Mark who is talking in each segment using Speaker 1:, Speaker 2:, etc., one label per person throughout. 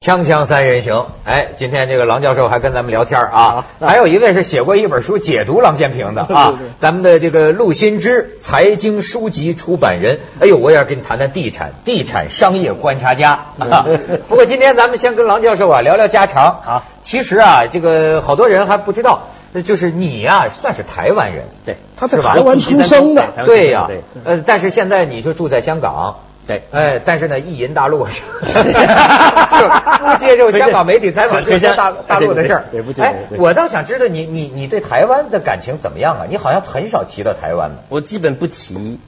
Speaker 1: 锵锵三人行，哎，今天这个郎教授还跟咱们聊天啊，还有一位是写过一本书解读郎咸平的啊，咱们的这个陆新之，财经书籍出版人。哎呦，我也要跟你谈谈地产，地产商业观察家。啊、 不过今天咱们先跟郎教授啊聊聊家常
Speaker 2: 好。
Speaker 1: 其实啊，这个好多人还不知道，就是你呀、算是台湾人，
Speaker 2: 对，
Speaker 3: 他在
Speaker 1: 是吧
Speaker 3: 台湾出生的，
Speaker 1: 对呀、
Speaker 2: 对
Speaker 1: 呃，但是现在你就住在香港。
Speaker 2: 对，
Speaker 1: 哎，但是呢，意淫大陆是是 不接受香港媒体采访，就说大大陆的事儿。
Speaker 2: 对不接
Speaker 1: 哎，
Speaker 2: 对
Speaker 1: 我倒想知道你你你对台湾的感情怎么样啊？你好像很少提到台湾的。
Speaker 2: 我基本不提。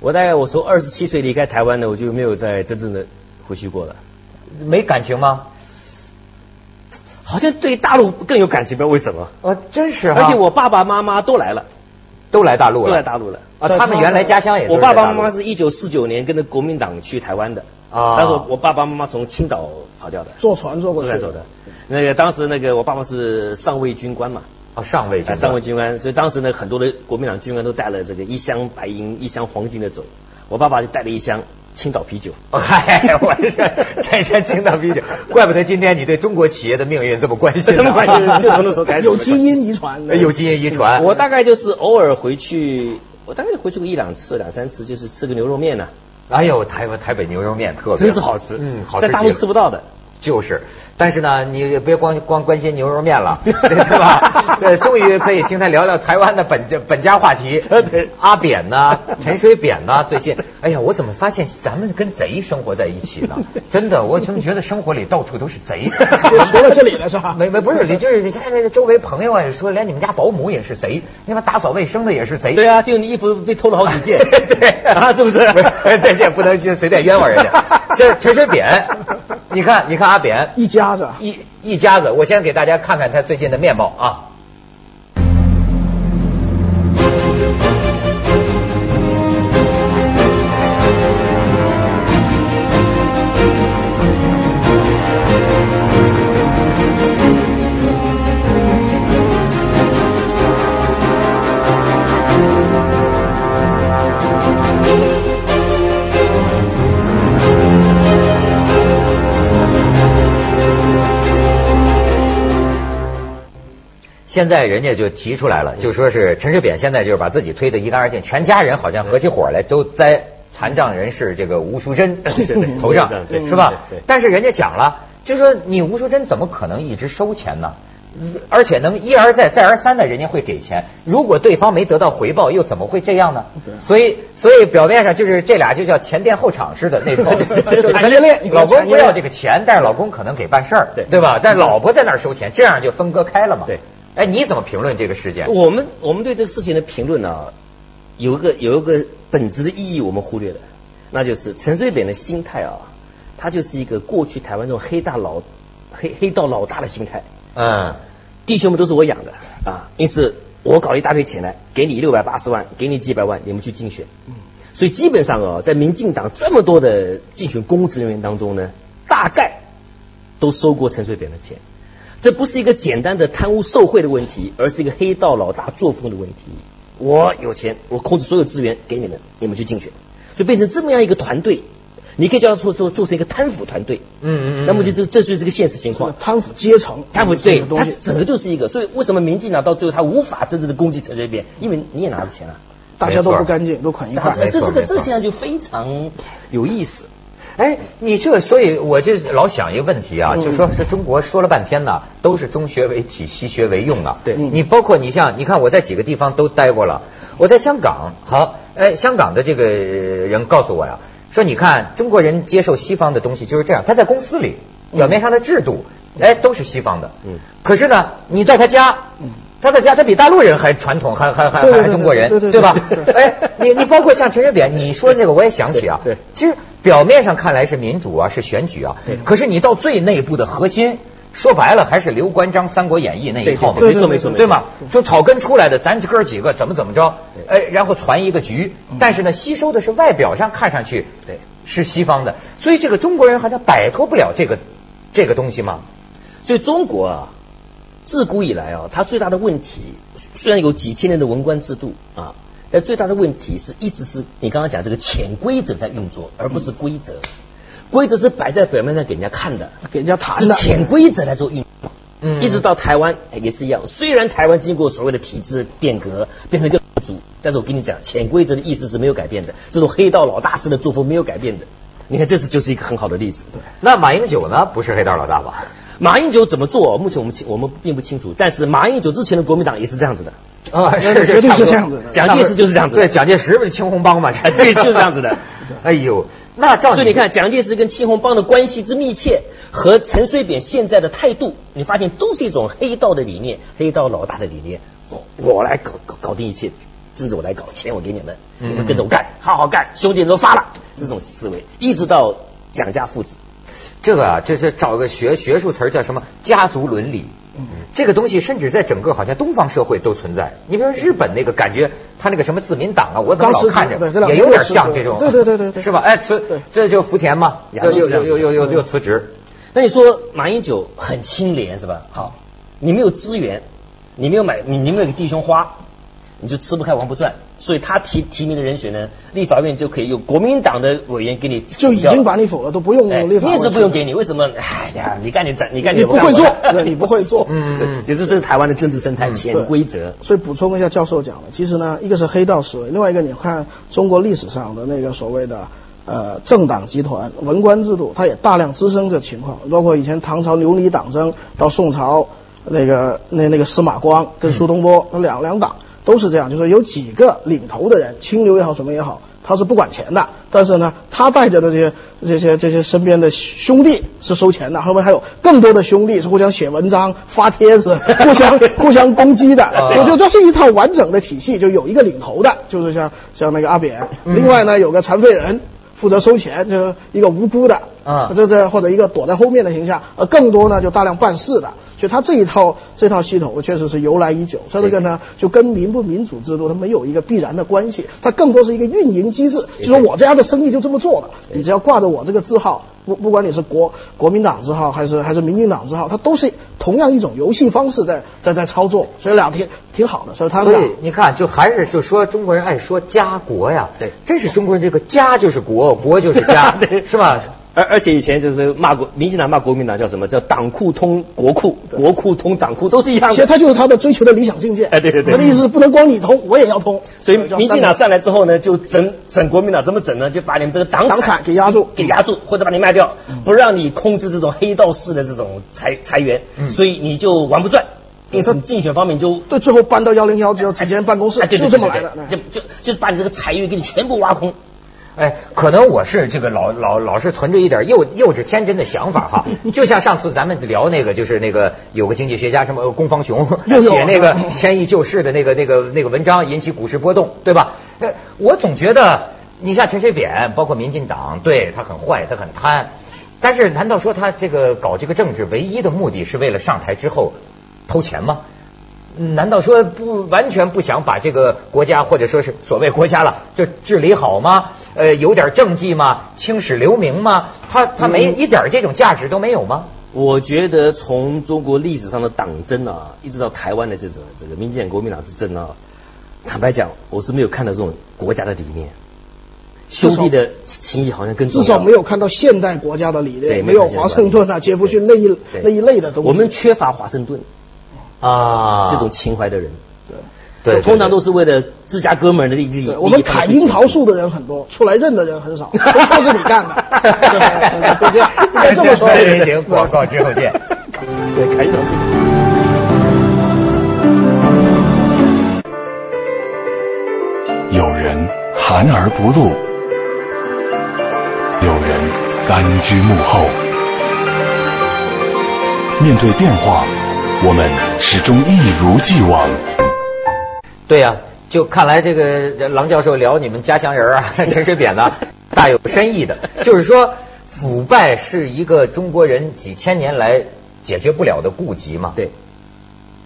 Speaker 2: 我大概我从二十七岁离开台湾呢，我就没有再真正的回去过了。
Speaker 1: 没感情吗？
Speaker 2: 好像对大陆更有感情，不知道为什么。
Speaker 1: 哦，真是、啊，
Speaker 2: 而且我爸爸妈妈都来了，
Speaker 1: 都来大陆
Speaker 2: 都
Speaker 1: 了
Speaker 2: 来大陆了。
Speaker 1: 啊，他们原来家乡也都
Speaker 2: 我
Speaker 1: 是在
Speaker 2: 爸
Speaker 1: 大陆
Speaker 2: 爸妈妈是一九四九年跟着国民党去台湾的，
Speaker 1: 啊，
Speaker 2: 但是我爸爸妈妈从青岛跑掉的，
Speaker 3: 坐船坐过
Speaker 2: 坐
Speaker 3: 去
Speaker 2: 船走的。那个当时那个我爸爸是上尉军官嘛，
Speaker 1: 哦上位
Speaker 2: 啊，上尉军官，所以当时呢，很多的国民党军官都带了这个一箱白银、一箱黄金的走。我爸爸就带了一箱青岛 啤酒。
Speaker 1: 嗨，哎我这天天青岛啤酒，怪不得今天你对中国企业的命运这么关心、啊，哎
Speaker 2: 这么关心就 从那时候开始
Speaker 3: 有基因遗传
Speaker 2: 哎
Speaker 3: 的，
Speaker 1: 有基因遗传。
Speaker 2: 我大概就是偶尔回去，我大概回去过一两次、两三次，就是吃个牛肉面呢、
Speaker 1: 哎呦，台湾台北牛肉面特别
Speaker 2: 真是好吃，
Speaker 1: 嗯，好吃
Speaker 2: 在
Speaker 1: 极
Speaker 2: 大陆
Speaker 1: 了
Speaker 2: 吃不到的。
Speaker 1: 就是，但是呢，你别光光关心牛肉面了， 对吧？呃，终于可以听他聊聊台湾的本家本家话题。
Speaker 2: 对
Speaker 1: 阿扁呐，陈水扁呐，最近，哎呀，我怎么发现咱们跟贼生活在一起呢？真的，我怎么觉得生活里到处都是 贼？
Speaker 3: 就除了这里了是吧？
Speaker 1: 没没不是，你就是你看那个周围朋友啊，也说连你们家保姆也是贼，那边打扫卫生的也是贼。
Speaker 2: 对啊，就你衣服被偷了好几件，
Speaker 1: 对
Speaker 2: 啊， 是不是？
Speaker 1: 这也不能去随便冤枉人家。这陈水 扁，你看，你看阿扁，
Speaker 3: 一家子，啊
Speaker 1: 一一家子，我先给大家看看他最近的面貌啊。现在人家就提出来了，就说是陈水扁现在就是把自己推得一干二净，全家人好像合起伙来都栽残障人士这个吴淑 珍头上
Speaker 2: 对对，对
Speaker 1: 是吧
Speaker 2: 对对？
Speaker 1: 但是人家讲了，就说你吴淑珍怎么可能一直收钱呢？而且能一而再再而三的，人家会给钱。如果对方没得到回报，又怎么会这样呢？
Speaker 3: 对
Speaker 1: 所以，所以表面上就是这俩就叫前店后厂似的 那种
Speaker 3: 对对产业链
Speaker 1: 老公不要这个钱，但是老公可能给办事儿，
Speaker 2: 对嗯
Speaker 1: 对吧？但是老婆在那儿收钱，这样就分割开了嘛。
Speaker 2: 对。
Speaker 1: 哎，你怎么评论这个事件？
Speaker 3: 哦
Speaker 2: 我们我们对这个事情的评论啊，有一个有一个本质的意义我们忽略了，那就是陈水扁的心态啊，他就是一个过去台湾这种黑大老黑黑道老大的心态，
Speaker 1: 嗯，
Speaker 2: 弟兄们都是我养的啊，因此我搞一大堆钱来给你六百八十万，给你几百万，你们去竞选。所以基本上啊，在民进党这么多的竞选公职人员当中呢，大概都收过陈水扁的钱。这不是一个简单的贪污受贿的问题，而是一个黑道老大作风的问题。我有钱，我控制所有资源给你们，你们去竞选，所以变成这么样一个团队。你可以叫他做做做成一个贪腐团队，
Speaker 1: 嗯嗯嗯
Speaker 2: 那么就这这就是个现实情况。
Speaker 3: 贪腐阶层，
Speaker 2: 他不
Speaker 3: 这
Speaker 2: 对
Speaker 3: 个，
Speaker 2: 他
Speaker 3: 东西，
Speaker 2: 整个就是一个，所以为什么民进党到最后他无法真正的攻击陈水扁，因为你也拿着钱了，
Speaker 3: 大家都不干净，都捆一块
Speaker 1: 没
Speaker 2: 但
Speaker 3: 儿。
Speaker 1: 错
Speaker 2: 是这
Speaker 1: 没错
Speaker 2: 个这个现象就非常有意思。
Speaker 1: 哎，你这，所以我就老想一个问题啊，
Speaker 3: 嗯
Speaker 1: 就说是中国说了半天呢，都是中学为体，西学为用啊。
Speaker 2: 对嗯
Speaker 1: 你包括你像，你看我在几个地方都待过了，我在香港，好，哎，香港的这个人告诉我呀，说你看中国人接受西方的东西就是这样，他在公司里
Speaker 3: 嗯
Speaker 1: 表面上的制度，哎，都是西方的，
Speaker 2: 嗯
Speaker 1: 可是呢，你到他家
Speaker 3: 嗯。
Speaker 1: 他在家，他比大陆人还传统，还还还
Speaker 3: 对对
Speaker 1: 还
Speaker 3: 对
Speaker 1: 中国人，
Speaker 3: 对对对
Speaker 1: 吧
Speaker 3: 对对？对
Speaker 1: 哎， 你你包括像陈水扁， 你说这个我也想起啊，
Speaker 2: 对对
Speaker 1: 其实表面上看来是民主啊，是选举啊，可是你到最内部的核心，说白了还是刘关张《三国演义》那一套嘛，
Speaker 2: 对
Speaker 3: 对对
Speaker 2: 没错没错没错
Speaker 1: 对吗？就草根出来的，咱哥儿几个怎么怎么着，哎，然后传一个局，但是呢，吸收的是外表上看上去
Speaker 2: 嗯对
Speaker 1: 是西方的，所以这个中国人好像摆脱不了这个这个东西嘛。
Speaker 2: 所以中国啊，自古以来啊，它最大的问题虽然有几千年的文官制度啊，但最大的问题是一直是你刚刚讲这个潜规则在运作，而不是规则。规则是摆在表面上给人家看的，
Speaker 3: 给人家谈
Speaker 2: 是
Speaker 3: 的，
Speaker 2: 潜规则来做运用。
Speaker 1: 嗯
Speaker 2: 一直到台湾哎也是一样，虽然台湾经过所谓的体制变革，变成一个民族，但是我跟你讲，潜规则的意思是没有改变的，这种黑道老大式的作风没有改变的。你看，这次就是一个很好的例子。对，
Speaker 1: 那马英九呢？不是黑道老大吧？
Speaker 2: 马英九怎么做？目前我们清我们并不清楚，但是马英九之前的国民党也是这样子的，
Speaker 1: 啊，
Speaker 3: 那绝对
Speaker 1: 差不
Speaker 3: 是
Speaker 1: 多
Speaker 3: 这样子的。
Speaker 2: 蒋介石就是这样子的
Speaker 1: 对，蒋介石不是青红帮嘛？
Speaker 2: 哎对就是这样子的。
Speaker 1: 哎呦，那照
Speaker 2: 所以你看，蒋介石跟青红帮的关系之密切，和陈水扁现在的态度，你发现都是一种黑道的理念，黑道老大的理念。我我来搞搞搞定一切，政治我来搞，钱我给你们，
Speaker 3: 嗯
Speaker 2: 你们跟着我干，好好干，兄弟们都发了，这种思维一直到蒋家父子。
Speaker 1: 这个啊，这是找个学学术词儿叫什么家族伦理。
Speaker 3: 嗯
Speaker 1: 这个东西甚至在整个好像东方社会都存在。你比如说日本那个感觉，他那个什么自民党啊，我怎么
Speaker 3: 当
Speaker 1: 老
Speaker 3: 时
Speaker 1: 看
Speaker 3: 对这
Speaker 1: 着
Speaker 3: 两
Speaker 1: 也
Speaker 3: 个
Speaker 1: 有点
Speaker 3: 都是
Speaker 1: 像这种，
Speaker 3: 对对对对对
Speaker 1: 是吧？哎，辞
Speaker 3: 对
Speaker 1: 这就福田嘛，
Speaker 2: 亚洲
Speaker 1: 又
Speaker 2: 是
Speaker 1: 又
Speaker 2: 这
Speaker 1: 又
Speaker 2: 样子嗯
Speaker 1: 又又又又辞职，
Speaker 2: 那你说马英九很清廉是吧？好，你没有资源，你没有买，你你没有给弟兄花，你就吃不开王不转，所以他提提名的人选呢，立法院就可以用国民党的委员给你
Speaker 3: 就已
Speaker 2: 取掉
Speaker 3: 经把你否了，都不用
Speaker 2: 哎
Speaker 3: 立法委
Speaker 2: 面
Speaker 3: 去。
Speaker 2: 子不用给你，为什么？哎呀，你干你咱你干
Speaker 3: 你
Speaker 2: 我干
Speaker 3: 不会做
Speaker 2: 我的
Speaker 3: 对你不会做
Speaker 1: 嗯
Speaker 2: 对其实这是台湾的政治生态潜规则。
Speaker 3: 所以补充一下教授讲的，其实呢，一个是黑道思维，另外一个你看中国历史上的那个所谓的呃政党集团、文官制度，它也大量滋生这情况，包括以前唐朝流离党争，到宋朝那个那那个司马光跟苏东坡，那两两党都是这样，就是有几个领头的人，清流也好，什么也好。他是不管钱的，但是呢，他带着的这些、这些、这些身边的兄弟是收钱的，后面还有更多的兄弟是互相写文章、发帖子、互相互相攻击的。
Speaker 1: 啊
Speaker 3: 我就这是一套完整的体系，就有一个领头的，就是像像那个阿扁，
Speaker 1: 嗯
Speaker 3: 另外呢有个残废人负责收钱，就是一个无辜的，
Speaker 1: 啊
Speaker 3: 这这或者一个躲在后面的形象，呃，更多呢就大量办事的，所以他这一套这套系统确实是由来已久，所以这个呢就跟民不民主制度它没有一个必然的关系，它更多是一个运营机制，就说我这样的生意就这么做的，你只要挂着我这个字号，不不管你是国国民党字号还是还是民进党字号，它都是同样一种游戏方式在在在操作，所以俩挺挺好的，所以他们
Speaker 1: 所
Speaker 3: 俩
Speaker 1: 以你看，就还是就说中国人爱说家国呀，
Speaker 2: 对，
Speaker 1: 真是中国人这个家就是国，国就是家
Speaker 2: 对
Speaker 1: 是吧？
Speaker 2: 而而且以前就是骂国民进党骂国民党叫什么叫党库通国库，国库通党库都是一样
Speaker 3: 其实
Speaker 2: 的。
Speaker 3: 他就是他的追求的理想境界。
Speaker 2: 哎对对对
Speaker 3: 他的意思是不能光你通，我也要通。
Speaker 2: 所以民进党上来之后呢，就整整国民党怎么整呢？就把你们这个党
Speaker 3: 党产嗯给压住
Speaker 2: 给压住，或者把你卖掉，不让你控制这种黑道式的这种财财源，
Speaker 3: 嗯
Speaker 2: 所以你就玩不转。因此，竞选方面就
Speaker 3: 对，最后搬到幺零幺，只有几间办公室，
Speaker 2: 哎对对
Speaker 3: 就这么来的
Speaker 2: 对。对
Speaker 3: 哎
Speaker 2: 对就就就是把你这个财源给你全部挖空。
Speaker 1: 哎，可能我是这个老老老是存着一点幼幼稚天真的想法 哈，就像上次咱们聊那个，就是那个有个经济学家什么呃龚方雄
Speaker 3: 又有啊
Speaker 1: 写那个千亿救市的那个那个那个文章，引起股市波动，对吧？呃，我总觉得你像陈水扁，包括民进党，对他很坏，他很贪，但是难道说他这个搞这个政治唯一的目的是为了上台之后偷钱吗？难道说不完全不想把这个国家或者说是所谓国家了，就治理好吗？呃，有点政绩吗？青史留名吗？他他没、一点这种价值都没有吗？
Speaker 2: 我觉得从中国历史上的党争啊，一直到台湾的这种这个民进党、国民党之争啊，坦白讲，我是没有看到这种国家的理念，
Speaker 3: 至
Speaker 2: 兄
Speaker 3: 少
Speaker 2: 弟的情谊好像更重
Speaker 3: 至
Speaker 2: 要。
Speaker 3: 少没有看到现代国家的理
Speaker 2: 对
Speaker 3: 念，
Speaker 2: 没
Speaker 3: 没
Speaker 2: 有
Speaker 3: 有华盛顿啊、
Speaker 2: 现
Speaker 3: 杰
Speaker 2: 代
Speaker 3: 弗
Speaker 2: 国家
Speaker 3: 逊那一
Speaker 2: 对
Speaker 3: 那一类的东西。
Speaker 2: 我们缺乏华盛顿
Speaker 1: 啊
Speaker 2: 这种情怀的人，
Speaker 1: 对对
Speaker 2: 通 常都是为了自家哥们儿的利益。利益
Speaker 3: 对我们
Speaker 2: 他
Speaker 3: 砍
Speaker 2: 追求
Speaker 3: 樱桃树的人很多，出来认的人很少，都说是你干的。对就这样，应该这么说。
Speaker 1: 对对对广告之后见。
Speaker 2: 对砍樱桃树。
Speaker 4: 有人含而不露，有人甘居幕后。面对变化，我们始终一如既往。
Speaker 1: 对呀、就看来这个郎教授聊你们家乡人啊， 陈水扁呢，大有深意的。就是说，腐败是一个中国人几千年来解决不了的痼疾嘛。
Speaker 2: 对，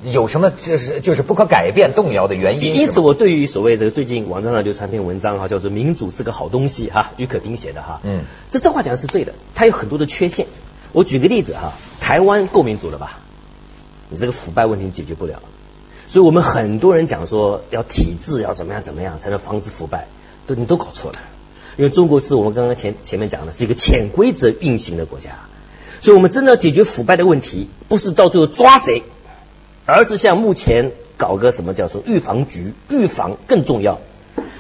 Speaker 1: 有什么就是就是不可改变、动摇的原因？
Speaker 2: 因此，我对于所谓这个最近网站上流传一篇文章哈，叫做《民主是个好东西》哈，郁可冰写的哈。
Speaker 1: 嗯
Speaker 2: 这这话讲的是对的，它有很多的缺陷。我举个例子哈，台湾够民主了吧？你这个腐败问题解决不了，所以我们很多人讲说要体制要怎么样怎么样才能防止腐败，都你都搞错了。因为中国是我们刚刚前前面讲的是一个潜规则运行的国家，所以我们真的要解决腐败的问题，不是到最后抓谁，而是像目前搞个什么叫做预防局，预防更重要。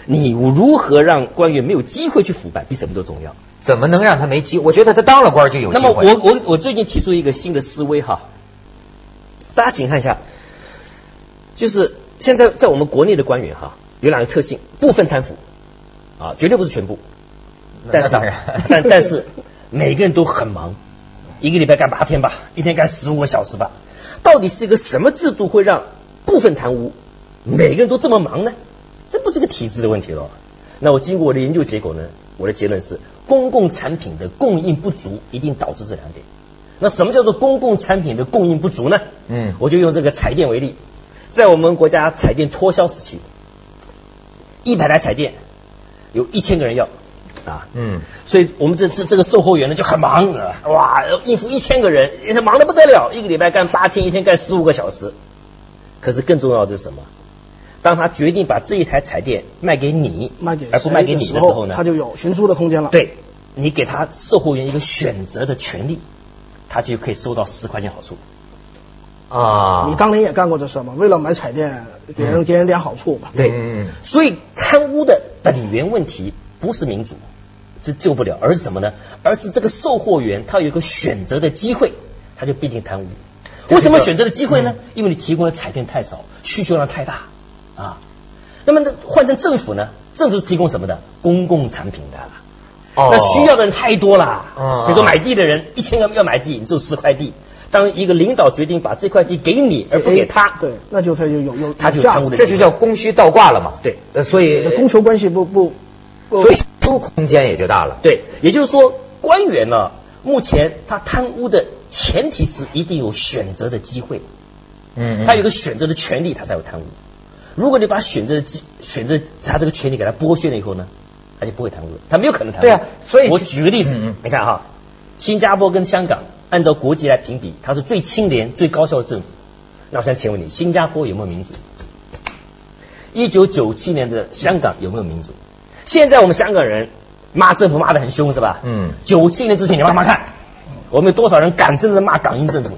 Speaker 2: 你如何让官员没有机会去腐败，比什么都重要。
Speaker 1: 怎么能让他没机？我觉得他当了官就有机
Speaker 2: 那
Speaker 1: 会。
Speaker 2: 么我我我最近提出一个新的思维哈，大家请看一下，就是现在在我们国内的官员哈，有两个特性：部分贪腐啊，绝对不是全部，
Speaker 1: 那
Speaker 2: 但是
Speaker 1: 当然
Speaker 2: 但但是每个人都很忙，一个礼拜干八天吧，一天干十五个小时吧，到底是一个什么制度会让部分贪污每个人都这么忙呢？这不是个体制的问题了。那我经过我的研究结果呢，我的结论是，公共产品的供应不足一定导致这两点。那什么叫做公共产品的供应不足呢？
Speaker 1: 嗯
Speaker 2: 我就用这个彩电为例，在我们国家彩电脱销时期，一百台彩电有一千个人要啊，
Speaker 1: 嗯，
Speaker 2: 所以我们这这这个售货员呢就很忙，啊哇，应付一千个人，他忙得不得了，一个礼拜干八天，一天干十五个小时。可是更重要的是什么？当他决定把这一台彩电卖给你，
Speaker 3: 卖给
Speaker 2: 而不卖给你
Speaker 3: 谁
Speaker 2: 的时
Speaker 3: 的
Speaker 2: 候呢，
Speaker 3: 他就有寻租的空间了。，
Speaker 2: 对你给他售货员一个选择的权利，他就可以收到十块钱好处。
Speaker 1: 啊，
Speaker 3: 你当年也干过这事儿嘛？为了买彩电，给人给人点好处嘛？
Speaker 2: 对，
Speaker 1: 嗯
Speaker 2: 所以贪污的本源问题不是民主，这救不了，而是什么呢？而是这个售货员他有一个选择的机会，他就必定贪污。为什么选择的机会呢？因为你提供的彩电太少，需求量太大啊。那么呢换成政府呢？政府是提供什么的？公共产品的。
Speaker 1: 哦
Speaker 2: 那需要的人太多啦。
Speaker 1: 嗯
Speaker 2: 比如说买地的人，一千个要买地，你只有十块地。当一个领导决定把这块地给你，而不给他，
Speaker 3: 哎对，那就他就有有
Speaker 2: 他就
Speaker 3: 有价
Speaker 2: 贪污的
Speaker 3: 值
Speaker 1: 这就叫供需倒挂了嘛。
Speaker 2: 对
Speaker 1: 呃，所以
Speaker 3: 供求关系不不不
Speaker 1: 所以出空间也就大了。
Speaker 2: 对，也就是说，官员呢，目前他贪污的前提是一定有选择的机会，
Speaker 1: 嗯
Speaker 2: 他有个选择的权利，他才有贪污。如果你把选择的机选择他这个权利给他剥削了以后呢，他就不会贪污了，他没有可能贪污。
Speaker 1: 对啊所以
Speaker 2: 我举个例子，
Speaker 1: 嗯嗯
Speaker 2: 你看哈，新加坡跟香港按照国籍来评比，它是最清廉、最高效的政府。那我想请问你，新加坡有没有民主？一九九七年的香港有没有民主？现在我们香港人骂政府骂得很凶是吧？
Speaker 1: 嗯
Speaker 2: 九七年之前你慢慢看，我们有多少人敢真的骂港英政府？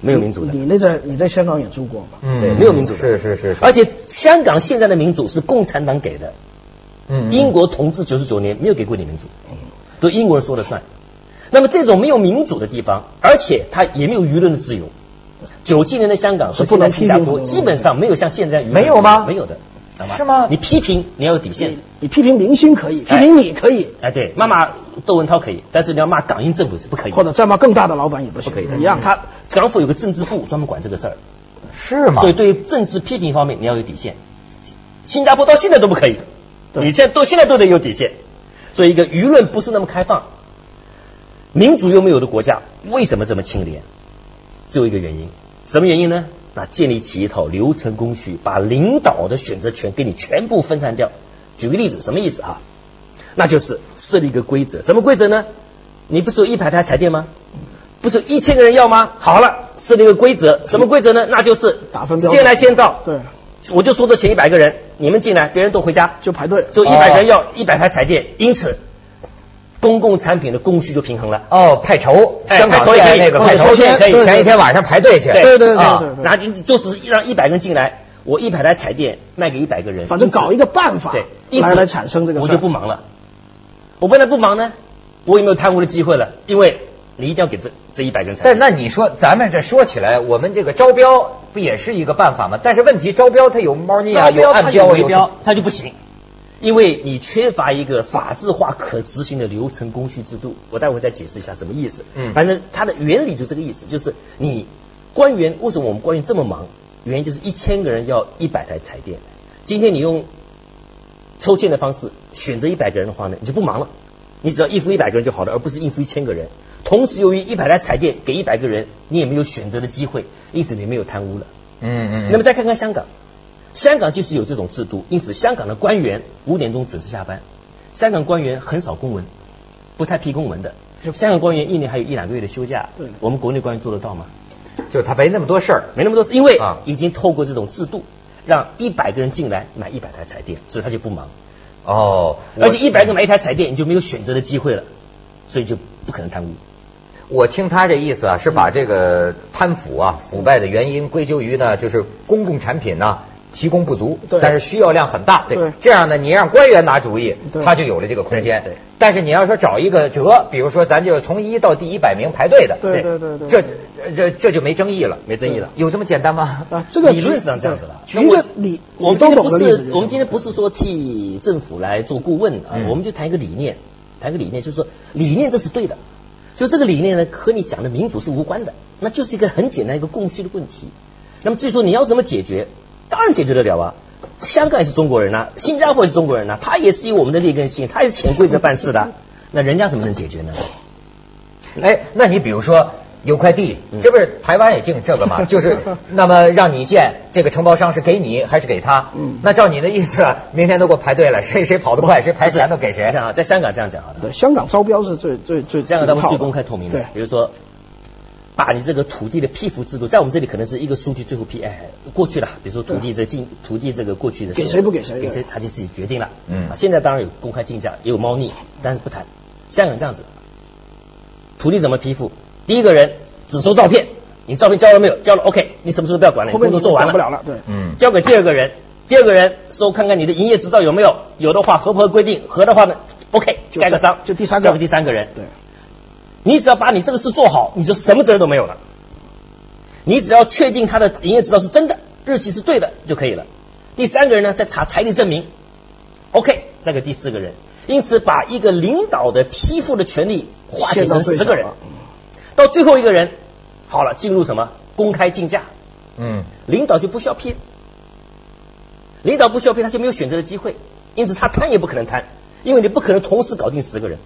Speaker 2: 没有民主的。
Speaker 3: 你那在你在香港也住过嘛？
Speaker 2: 对，
Speaker 1: 嗯
Speaker 2: 没有民主的，
Speaker 1: 是是是，是
Speaker 2: 而且香港现在的民主是共产党给的，
Speaker 1: 嗯
Speaker 2: 英国统治九十九年没有给过你民主，都英国人说了算。那么这种没有民主的地方，而且它也没有舆论的自由。九七年的香港和
Speaker 3: 是不
Speaker 2: 现
Speaker 3: 能
Speaker 2: 在新加
Speaker 3: 批评
Speaker 2: 坡
Speaker 3: 的
Speaker 2: 基本上没有像现在舆论
Speaker 1: 没
Speaker 3: 啊
Speaker 1: 有吗
Speaker 2: 没有的，知道
Speaker 1: 是吗
Speaker 2: 你批评你要有底线的。
Speaker 3: 你批评明星可以，批评你可以，
Speaker 2: 哎，对，骂骂窦文涛可以，但是你要骂港英政府是不可以的，
Speaker 3: 或者再骂更大的老板也不
Speaker 2: 不
Speaker 3: 行，
Speaker 2: 可以的。
Speaker 3: 一样。
Speaker 2: 他港府有个政治部专门管这个事儿，
Speaker 1: 是吗？
Speaker 2: 所以对于政治批评方面，你要有底线。新加坡到现在都不可以，你现在都现在都得有底线。所以一个舆论不是那么开放，民主又没有的国家，为什么这么清廉？只有一个原因，什么原因呢？那建立起一套流程工序，把领导的选择权给你全部分散掉。举个例子，什么意思啊？那就是设立一个规则，什么规则呢？你不是有一百台彩电吗？不是有一千个人要吗？好了，设立一个规则，什么规则呢？那就是
Speaker 3: 打分标准
Speaker 2: 先来先到。
Speaker 3: 对，
Speaker 2: 我就说这前一百个人，你们进来，别人都回家，
Speaker 3: 就排队。
Speaker 2: 就一
Speaker 1: 哦
Speaker 2: 百个人要一百台彩电，因此公共产品的供需就平衡了。
Speaker 1: 哦，派筹，
Speaker 2: 哎
Speaker 1: 香港
Speaker 2: 派筹也可以
Speaker 1: 在那个派筹
Speaker 2: 派筹也可以
Speaker 1: 前前一天晚上排队去，
Speaker 3: 对对对
Speaker 1: 啊
Speaker 3: 对对
Speaker 2: 然后就就是让一百个人进来，我一百台彩电卖给一百个人，
Speaker 3: 反正搞一
Speaker 2: 个
Speaker 3: 个办法
Speaker 2: 对，因此
Speaker 3: 来来产生这个
Speaker 2: 我
Speaker 3: 事
Speaker 2: 就
Speaker 3: 儿
Speaker 2: 不忙了。我本来不忙呢，我也没有贪污的机会了，因为你一定要给这这一百个人彩
Speaker 1: 但
Speaker 2: 电。
Speaker 1: 那你说，咱们这说起来，我们这个招标不也是一个办法吗？但是问题，招标它有猫腻啊，
Speaker 2: 招标
Speaker 1: 暗
Speaker 2: 它有
Speaker 1: 标，
Speaker 2: 围
Speaker 1: 有
Speaker 2: 标，它就不行，因为你缺乏一个法制化可执行的流程工序制度。我待会儿再解释一下什么意思。
Speaker 1: 嗯
Speaker 2: 反正它的原理就这个意思，就是你官员为什么我们官员这么忙？原因就是一千个人要一百台彩电，今天你用抽签的方式选择一百个人的话呢，你就不忙了，你只要应付一百个人就好了，而不是应付一千个人。同时，由于一百台彩电给一百个人，你也没有选择的机会，因此你没有贪污了。
Speaker 1: 嗯嗯，
Speaker 2: 那么再看看香港，香港就是有这种制度，因此香港的官员五点钟准时下班，香港官员很少公文，不太批公文的。香港官员一年还有一两个月的休假
Speaker 3: 对，
Speaker 2: 我们国内官员做得到吗？
Speaker 1: 就他没那么多事儿，
Speaker 2: 没那么多事，因为
Speaker 1: 啊
Speaker 2: 已经透过这种制度，让一百个人进来买一百台彩电，所以他就不忙。
Speaker 1: 哦，
Speaker 2: 而且一百个买一台彩电，你就没有选择的机会了，所以就不可能贪污。
Speaker 1: 我听他这意思啊，是把这个贪腐啊、腐败的原因归咎于呢，就是公共产品呢、提供不足
Speaker 3: 对，
Speaker 1: 但是需要量很大。
Speaker 3: 对
Speaker 1: 这样呢，你让官员拿主意，
Speaker 3: 对
Speaker 1: 他就有了这个空间。
Speaker 2: 对对
Speaker 1: 但是你要说找一个折，比如说咱就从一到第一百名排队的，
Speaker 3: 对对对对
Speaker 1: 这这这就没争议了，嗯
Speaker 2: 没争议了
Speaker 1: 有这么简单吗？
Speaker 3: 啊，这个
Speaker 2: 理论上这样子了
Speaker 3: 了。举一个理，
Speaker 2: 我们
Speaker 3: 你
Speaker 2: 今天
Speaker 3: 都懂
Speaker 2: 不
Speaker 3: 的例子就是行，
Speaker 2: 我们今天不是说替政府来做顾问啊，
Speaker 1: 嗯
Speaker 2: 我们就谈一个理念，谈一个理念，就是说理念这是对的，就这个理念呢和你讲的民主是无关的，那就是一个很简单一个供需的问题。那么至于说你要怎么解决，当然解决得了啊。香港也是中国人呐、新加坡也是中国人呐、啊他也是以我们的劣根性，他也是潜规则办事的啊，那人家怎么能解决呢？
Speaker 1: 哎，那你比如说有块地
Speaker 2: 嗯，
Speaker 1: 这不是台湾也进这 个吗？就是那么让你建，这个承包商是给你还是给他？
Speaker 3: 嗯
Speaker 1: 那照你的意思啊，明天都给我排队了，谁谁跑得快，谁排前头给
Speaker 2: 你
Speaker 1: 谁
Speaker 2: 看？啊，在香港这样讲好了。
Speaker 3: 对香港招标是最最最
Speaker 2: 这样他们
Speaker 3: 一套
Speaker 2: 最
Speaker 3: 的
Speaker 2: 公开透明的
Speaker 3: 对。
Speaker 2: 比如说，把你这个土地的批复制度，在我们这里可能是一个书记最后批，哎，过去了。比如说土地这进土地这个过去的时候
Speaker 3: 给谁不给谁
Speaker 2: 给谁他就自己决定了。
Speaker 1: 嗯
Speaker 2: 啊现在当然有公开竞价，也有猫腻，但是不谈。香港这样子，土地怎么批复？第一个人只收照片，你照片交了没有？交了，OK，你什么时候都不要管了，你
Speaker 3: 后面
Speaker 2: 工作
Speaker 3: 你就
Speaker 2: 做完了
Speaker 3: 管不了了，对。
Speaker 1: 嗯，
Speaker 2: 交给第二个人，第二个人收看看你的营业执照有没有，有的话合不合规定，合的话呢，OK，
Speaker 3: 就
Speaker 2: 盖个章，
Speaker 3: 就第三个
Speaker 2: 交给第三个人，
Speaker 3: 对，
Speaker 2: 你只要把你这个事做好，你就什么责任都没有了。你只要确定他的营业执照是真的，日期是对的就可以了。第三个人呢，再查财力证明，OK，再给第四个人。因此，把一个领导的批复的权利化解
Speaker 3: 限到
Speaker 2: 成
Speaker 3: 最
Speaker 2: 十
Speaker 3: 少
Speaker 2: 个人
Speaker 3: 了，
Speaker 2: 到最后一个人，好了，进入什么公开竞价，
Speaker 1: 嗯，
Speaker 2: 领导就不需要批，领导不需要批，他就没有选择的机会，因此他贪也不可能贪，因为你不可能同时搞定十个人。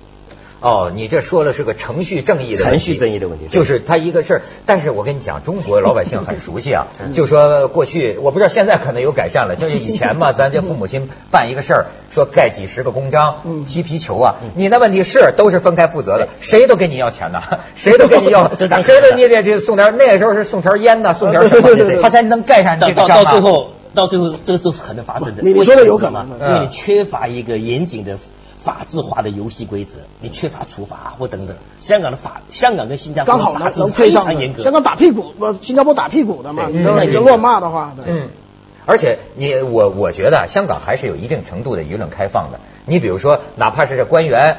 Speaker 1: 哦，你这说了是个程序正义的问题
Speaker 2: 程序正义的问题对
Speaker 1: 就是他一个事儿。但是我跟你讲，中国老百姓很熟悉啊，
Speaker 2: 嗯
Speaker 1: 就说过去我不知道现在可能有改善了，就是以前 嘛，咱这父母亲办一个事儿，说盖几十个公章
Speaker 3: 嗯、
Speaker 1: 踢皮球啊，你那问题是都是分开负责的，谁都跟你要钱呐， 谁都跟你要，
Speaker 2: 这当然
Speaker 1: 谁都你得得送条，那个时候是送条烟呐，送条什
Speaker 3: 对对对
Speaker 1: 么，
Speaker 3: 对
Speaker 1: 他才能盖上你
Speaker 2: 到
Speaker 1: 这个
Speaker 2: 到
Speaker 1: 章
Speaker 2: 到
Speaker 1: 啊
Speaker 2: 最后，到最后这个是可能发生的。
Speaker 3: 你你
Speaker 2: 为什么
Speaker 3: 说的有可能
Speaker 2: 知道吗
Speaker 1: 嗯
Speaker 2: 因为你缺乏一个严谨的法制化的游戏规则，你缺乏处罚或等等。香港的法，香港跟新加坡
Speaker 3: 刚
Speaker 2: 的
Speaker 3: 好
Speaker 2: 法
Speaker 3: 能
Speaker 2: 制
Speaker 3: 能配
Speaker 2: 非
Speaker 3: 上
Speaker 2: 常
Speaker 3: 的
Speaker 2: 严格。
Speaker 3: 香港打屁股，不，新加坡打屁股的嘛，
Speaker 2: 对
Speaker 3: 你说
Speaker 1: 嗯
Speaker 3: 你就乱骂的话，对，
Speaker 1: 嗯，而且你我我觉得啊香港还是有一定程度的舆论开放的。你比如说，哪怕是这官员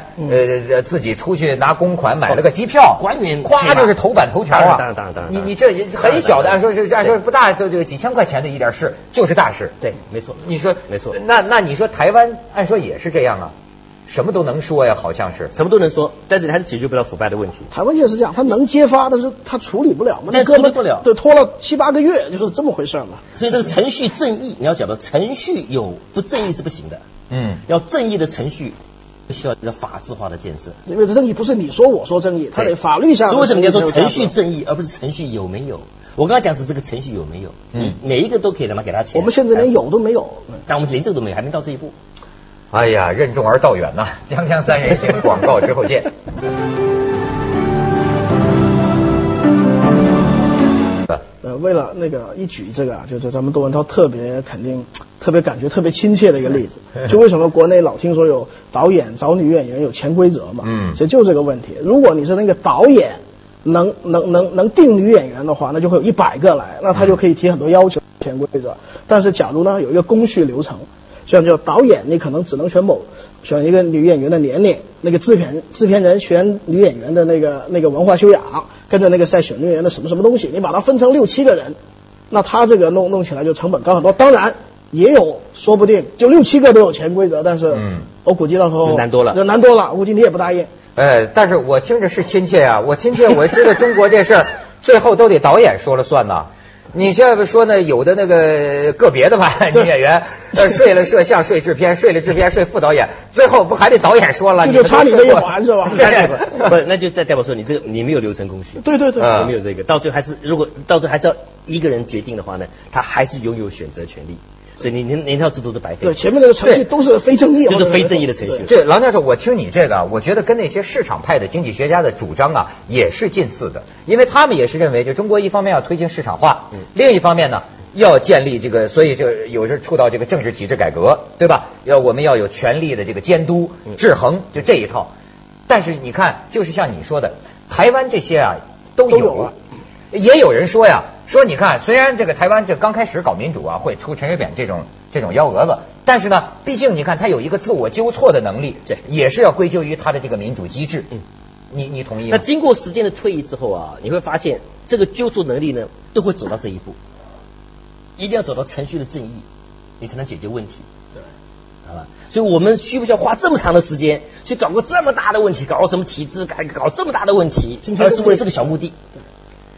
Speaker 1: 呃自己出去拿公款买了个机票，
Speaker 2: 嗯哦官员
Speaker 1: 夸就是头版头条啊，
Speaker 2: 当然当然当然当然
Speaker 1: 你你这也很小的，按
Speaker 2: 当然当
Speaker 1: 说
Speaker 2: 然
Speaker 1: 是按说不大，就就几千块钱的一点事，就是大事。
Speaker 2: 对，没错。
Speaker 1: 你说
Speaker 2: 没错
Speaker 1: 那那你说台湾按说也是这样啊，什么都能说呀，好像是。
Speaker 2: 什么都能说，但是你还是解决不了腐败的问题。
Speaker 3: 台湾也是这样，他能揭发，但是他处理不了嘛，
Speaker 2: 但
Speaker 3: 那哥们
Speaker 2: 处理不了
Speaker 3: 对，拖了七八个月，就是这么回事儿嘛。
Speaker 2: 所以这个程序正义，你要讲到程序有不正义是不行的，
Speaker 1: 嗯，
Speaker 2: 要正义的程序需要一个法制化的建设。
Speaker 3: 因为这正义不是你说我说正义，他得法律上的
Speaker 2: 所以为什么你要说
Speaker 3: 正义才有
Speaker 2: 程
Speaker 3: 价值
Speaker 2: 序正义，而不是程序有没有？我刚才讲是这个程序有没有，
Speaker 1: 嗯
Speaker 2: 你每一个都可以的嘛，给他钱。
Speaker 3: 我们现在连有都没有。
Speaker 2: 但我们连这个都没有，还没到这一步。
Speaker 1: 哎呀，任重而道远呐、 锵锵三人行，广告之后见。，
Speaker 3: 呃，为了那个一举这个啊，就是咱们窦文涛特别肯定、特别感觉特别亲切的一个例子就为什么国内老听说有导演找女演员有潜规则嘛，
Speaker 1: 嗯
Speaker 3: 其实就这个问题。如果你是那个导演能能能能定女演员的话，那就会有一百个来，那他就可以提很多要求潜规则。但是假如呢有一个工序流程，这样就导演你可能只能选某选一个女演员的年龄，那个制片制片人选女演员的那个那个文化修养，跟着那个再选女演员的什么什么东西，你把它分成六七个人，那他这个弄弄起来就成本高很多。当然也有说不定就六七个都有潜规则，但是
Speaker 1: 嗯
Speaker 3: 我估计到时候
Speaker 2: 就难多了
Speaker 3: 就难多了，我估计你也不答应。
Speaker 1: 哎，但是我听着是亲切啊，我亲切，我知道中国这事儿 最后都得导演说了算呐。你这不说呢，有的那个 个别的 吧，女演员呃睡了摄像，睡制片，睡了制片，睡副导演，最后不还得导演说了？
Speaker 3: 这就差你这一 环是吧
Speaker 1: 你
Speaker 2: 但
Speaker 1: 们
Speaker 2: 是
Speaker 1: 都说过
Speaker 2: 不，那就代代表说你这个你没有流程工序，
Speaker 3: 对对对，
Speaker 1: 啊
Speaker 2: 有没有这个？到最后还是如果到最后还是要一个人决定的话呢，他还是拥有选择权利，所以你连连套制度都白费
Speaker 3: 对，。前面那个程
Speaker 1: 对
Speaker 3: 序都是非正义，
Speaker 2: 就是
Speaker 3: 或者
Speaker 2: 非正义的程序
Speaker 3: 对
Speaker 1: 这郎教授，我听你这个啊，我觉得跟那些市场派的经济学家的主张
Speaker 3: 嗯
Speaker 1: 啊，也是近似的，因为他们也是认为，就中国一方面要推进市场化，另一方面呢，要建立这个，所以这有时候触到这个政治体制改革，对吧？要我们要有权力的这个监督、
Speaker 3: 嗯
Speaker 1: 制衡，就这一套。但是你看，就是像你说的，台湾这些啊都
Speaker 3: 都有啊
Speaker 1: 也有人说呀，说你看，虽然这个台湾这刚开始搞民主啊，会出陈水扁这种这种幺蛾子，但是呢，毕竟你看他有一个自我纠错的能力，
Speaker 2: 对
Speaker 1: 也是要归咎于他的这个民主机制。
Speaker 2: 嗯
Speaker 1: 你你同意
Speaker 2: 那
Speaker 1: 吗？
Speaker 2: 经过时间的推移之后啊，你会发现这个纠错能力呢，都会走到这一步，一定要走到程序的正义，你才能解决问题。好吧，所以我们需不需要花这么长的时间去搞个这么大的问题，搞个什么体制改革，搞这么大的问题，
Speaker 3: 今天
Speaker 2: 而
Speaker 3: 都
Speaker 2: 是为了这个小目的？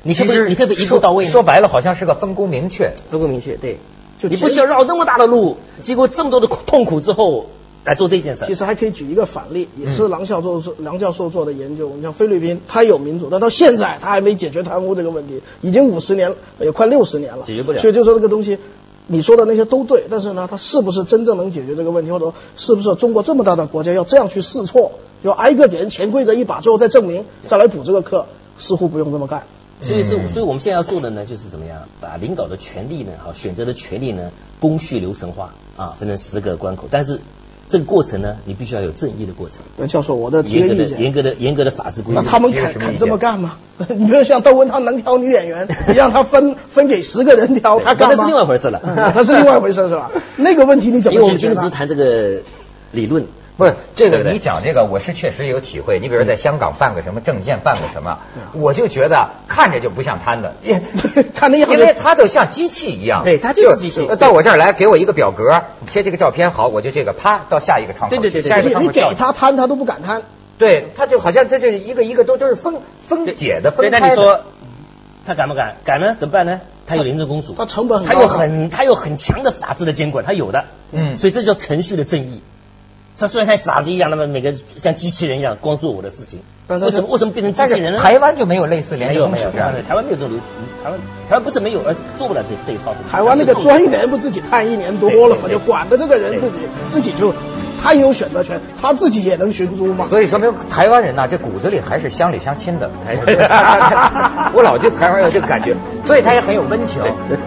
Speaker 2: 你可
Speaker 1: 其
Speaker 2: 不可
Speaker 1: 实
Speaker 2: 以，你可不可以一步到位呢？
Speaker 1: 说说白了，好像是个分工明确。
Speaker 2: 分工明确，对，
Speaker 3: 就
Speaker 2: 你
Speaker 3: 其
Speaker 2: 不需要绕那么大的路，经过这么多的痛苦之后来做这件事
Speaker 3: 其。实还可以举一个反例，
Speaker 2: 嗯
Speaker 3: 也是郎教授做梁教授做的研究。你像菲律宾，它有民主，但到现在它还没解决贪污这个问题，已经五十年，也快六十年了，
Speaker 2: 解决不了
Speaker 3: 所以就说这个东西。你说的那些都对，但是呢，它是不是真正能解决这个问题，或者是不是中国这么大的国家要这样去试错，要挨个给人潜规则一把，最后再证明，再来补这个课，似乎不用这么干。
Speaker 2: 所以是
Speaker 1: 嗯，
Speaker 2: 所以我们现在要做的呢，就是怎么样把领导的权利呢，哈，选择的权利呢，工序流程化啊，分成十个关口。但是这个过程呢，你必须要有正义的过程，
Speaker 3: 那教授，我呃的提
Speaker 2: 严
Speaker 3: 个
Speaker 2: 格
Speaker 3: 意
Speaker 2: 的、
Speaker 3: 见，
Speaker 2: 严格的、严格的法治规
Speaker 3: 那
Speaker 2: 定。
Speaker 3: 他们
Speaker 1: 你有
Speaker 3: 肯
Speaker 1: 什么意
Speaker 3: 肯
Speaker 1: 见
Speaker 3: 这么干吗？ 你比如像窦文涛能挑女 演员，你让他分分给十个人挑，他干吗？
Speaker 2: 那是另外一回事了
Speaker 3: 那是另外一回事 是吧？那个问题你怎
Speaker 2: 因为
Speaker 3: 么
Speaker 2: 我
Speaker 3: 解
Speaker 2: 们今天
Speaker 3: 决
Speaker 2: 只是
Speaker 3: 呢？
Speaker 2: 谈这个理论，
Speaker 1: 不是这
Speaker 2: 对
Speaker 1: 个，
Speaker 2: 不对嗯
Speaker 1: 你讲这个，我是确实有体会。你比如说在香港犯个什么证件，犯个什么，我就觉得看着就不像摊子，因
Speaker 3: 看那样子
Speaker 1: 因为他就像机器一样，
Speaker 2: 对他就是机器
Speaker 1: 呃到我这儿来，给我一个表格，贴这个照片，好，我就这个啪到下一个窗口去，
Speaker 2: 对对对对
Speaker 1: 下一个
Speaker 3: 你
Speaker 1: 窗
Speaker 3: 你
Speaker 1: 口
Speaker 3: 给
Speaker 1: 跳，
Speaker 3: 他摊，他都不敢摊。
Speaker 1: 对，他就好像这这一个一个都都是分分解的
Speaker 2: 对，
Speaker 1: 分
Speaker 2: 那
Speaker 1: 开
Speaker 2: 你
Speaker 1: 的
Speaker 2: 说他敢不敢？敢呢？怎么办呢？他有廉政公署，
Speaker 3: 他成本很
Speaker 2: 他
Speaker 3: 高
Speaker 2: 有很他有很强的法治的监管，他有的。
Speaker 1: 嗯
Speaker 2: 所以这叫程序的正义。他虽然像傻子一样，那么每个像机器人一样光做我的事情，
Speaker 3: 但是
Speaker 2: 为什么为什么变成
Speaker 1: 但
Speaker 2: 机器人
Speaker 1: 是
Speaker 2: 呢？
Speaker 1: 台湾就没有类似
Speaker 2: 没
Speaker 1: 联
Speaker 2: 有
Speaker 1: 动
Speaker 2: 没有，
Speaker 1: 这样的
Speaker 2: 台湾没有这种流，台湾台湾不是没有，而是做不了这这一套东西。
Speaker 3: 台湾那个
Speaker 2: 他们做不了
Speaker 3: 专员不自己判一年多了吗？
Speaker 2: 对对对
Speaker 3: 就管的这个人自己自己就，他也有选择权，他自己也能寻租嘛。
Speaker 1: 所以说明台湾人呐、这骨子里还是乡里乡亲的。
Speaker 2: 哎
Speaker 1: 我老觉得台湾有这个感觉，所以他也很有温情，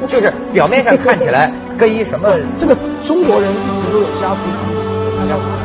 Speaker 1: 就是表面上看起来跟一什么
Speaker 3: 这个中国人一直都有家族传统。
Speaker 1: 家伙。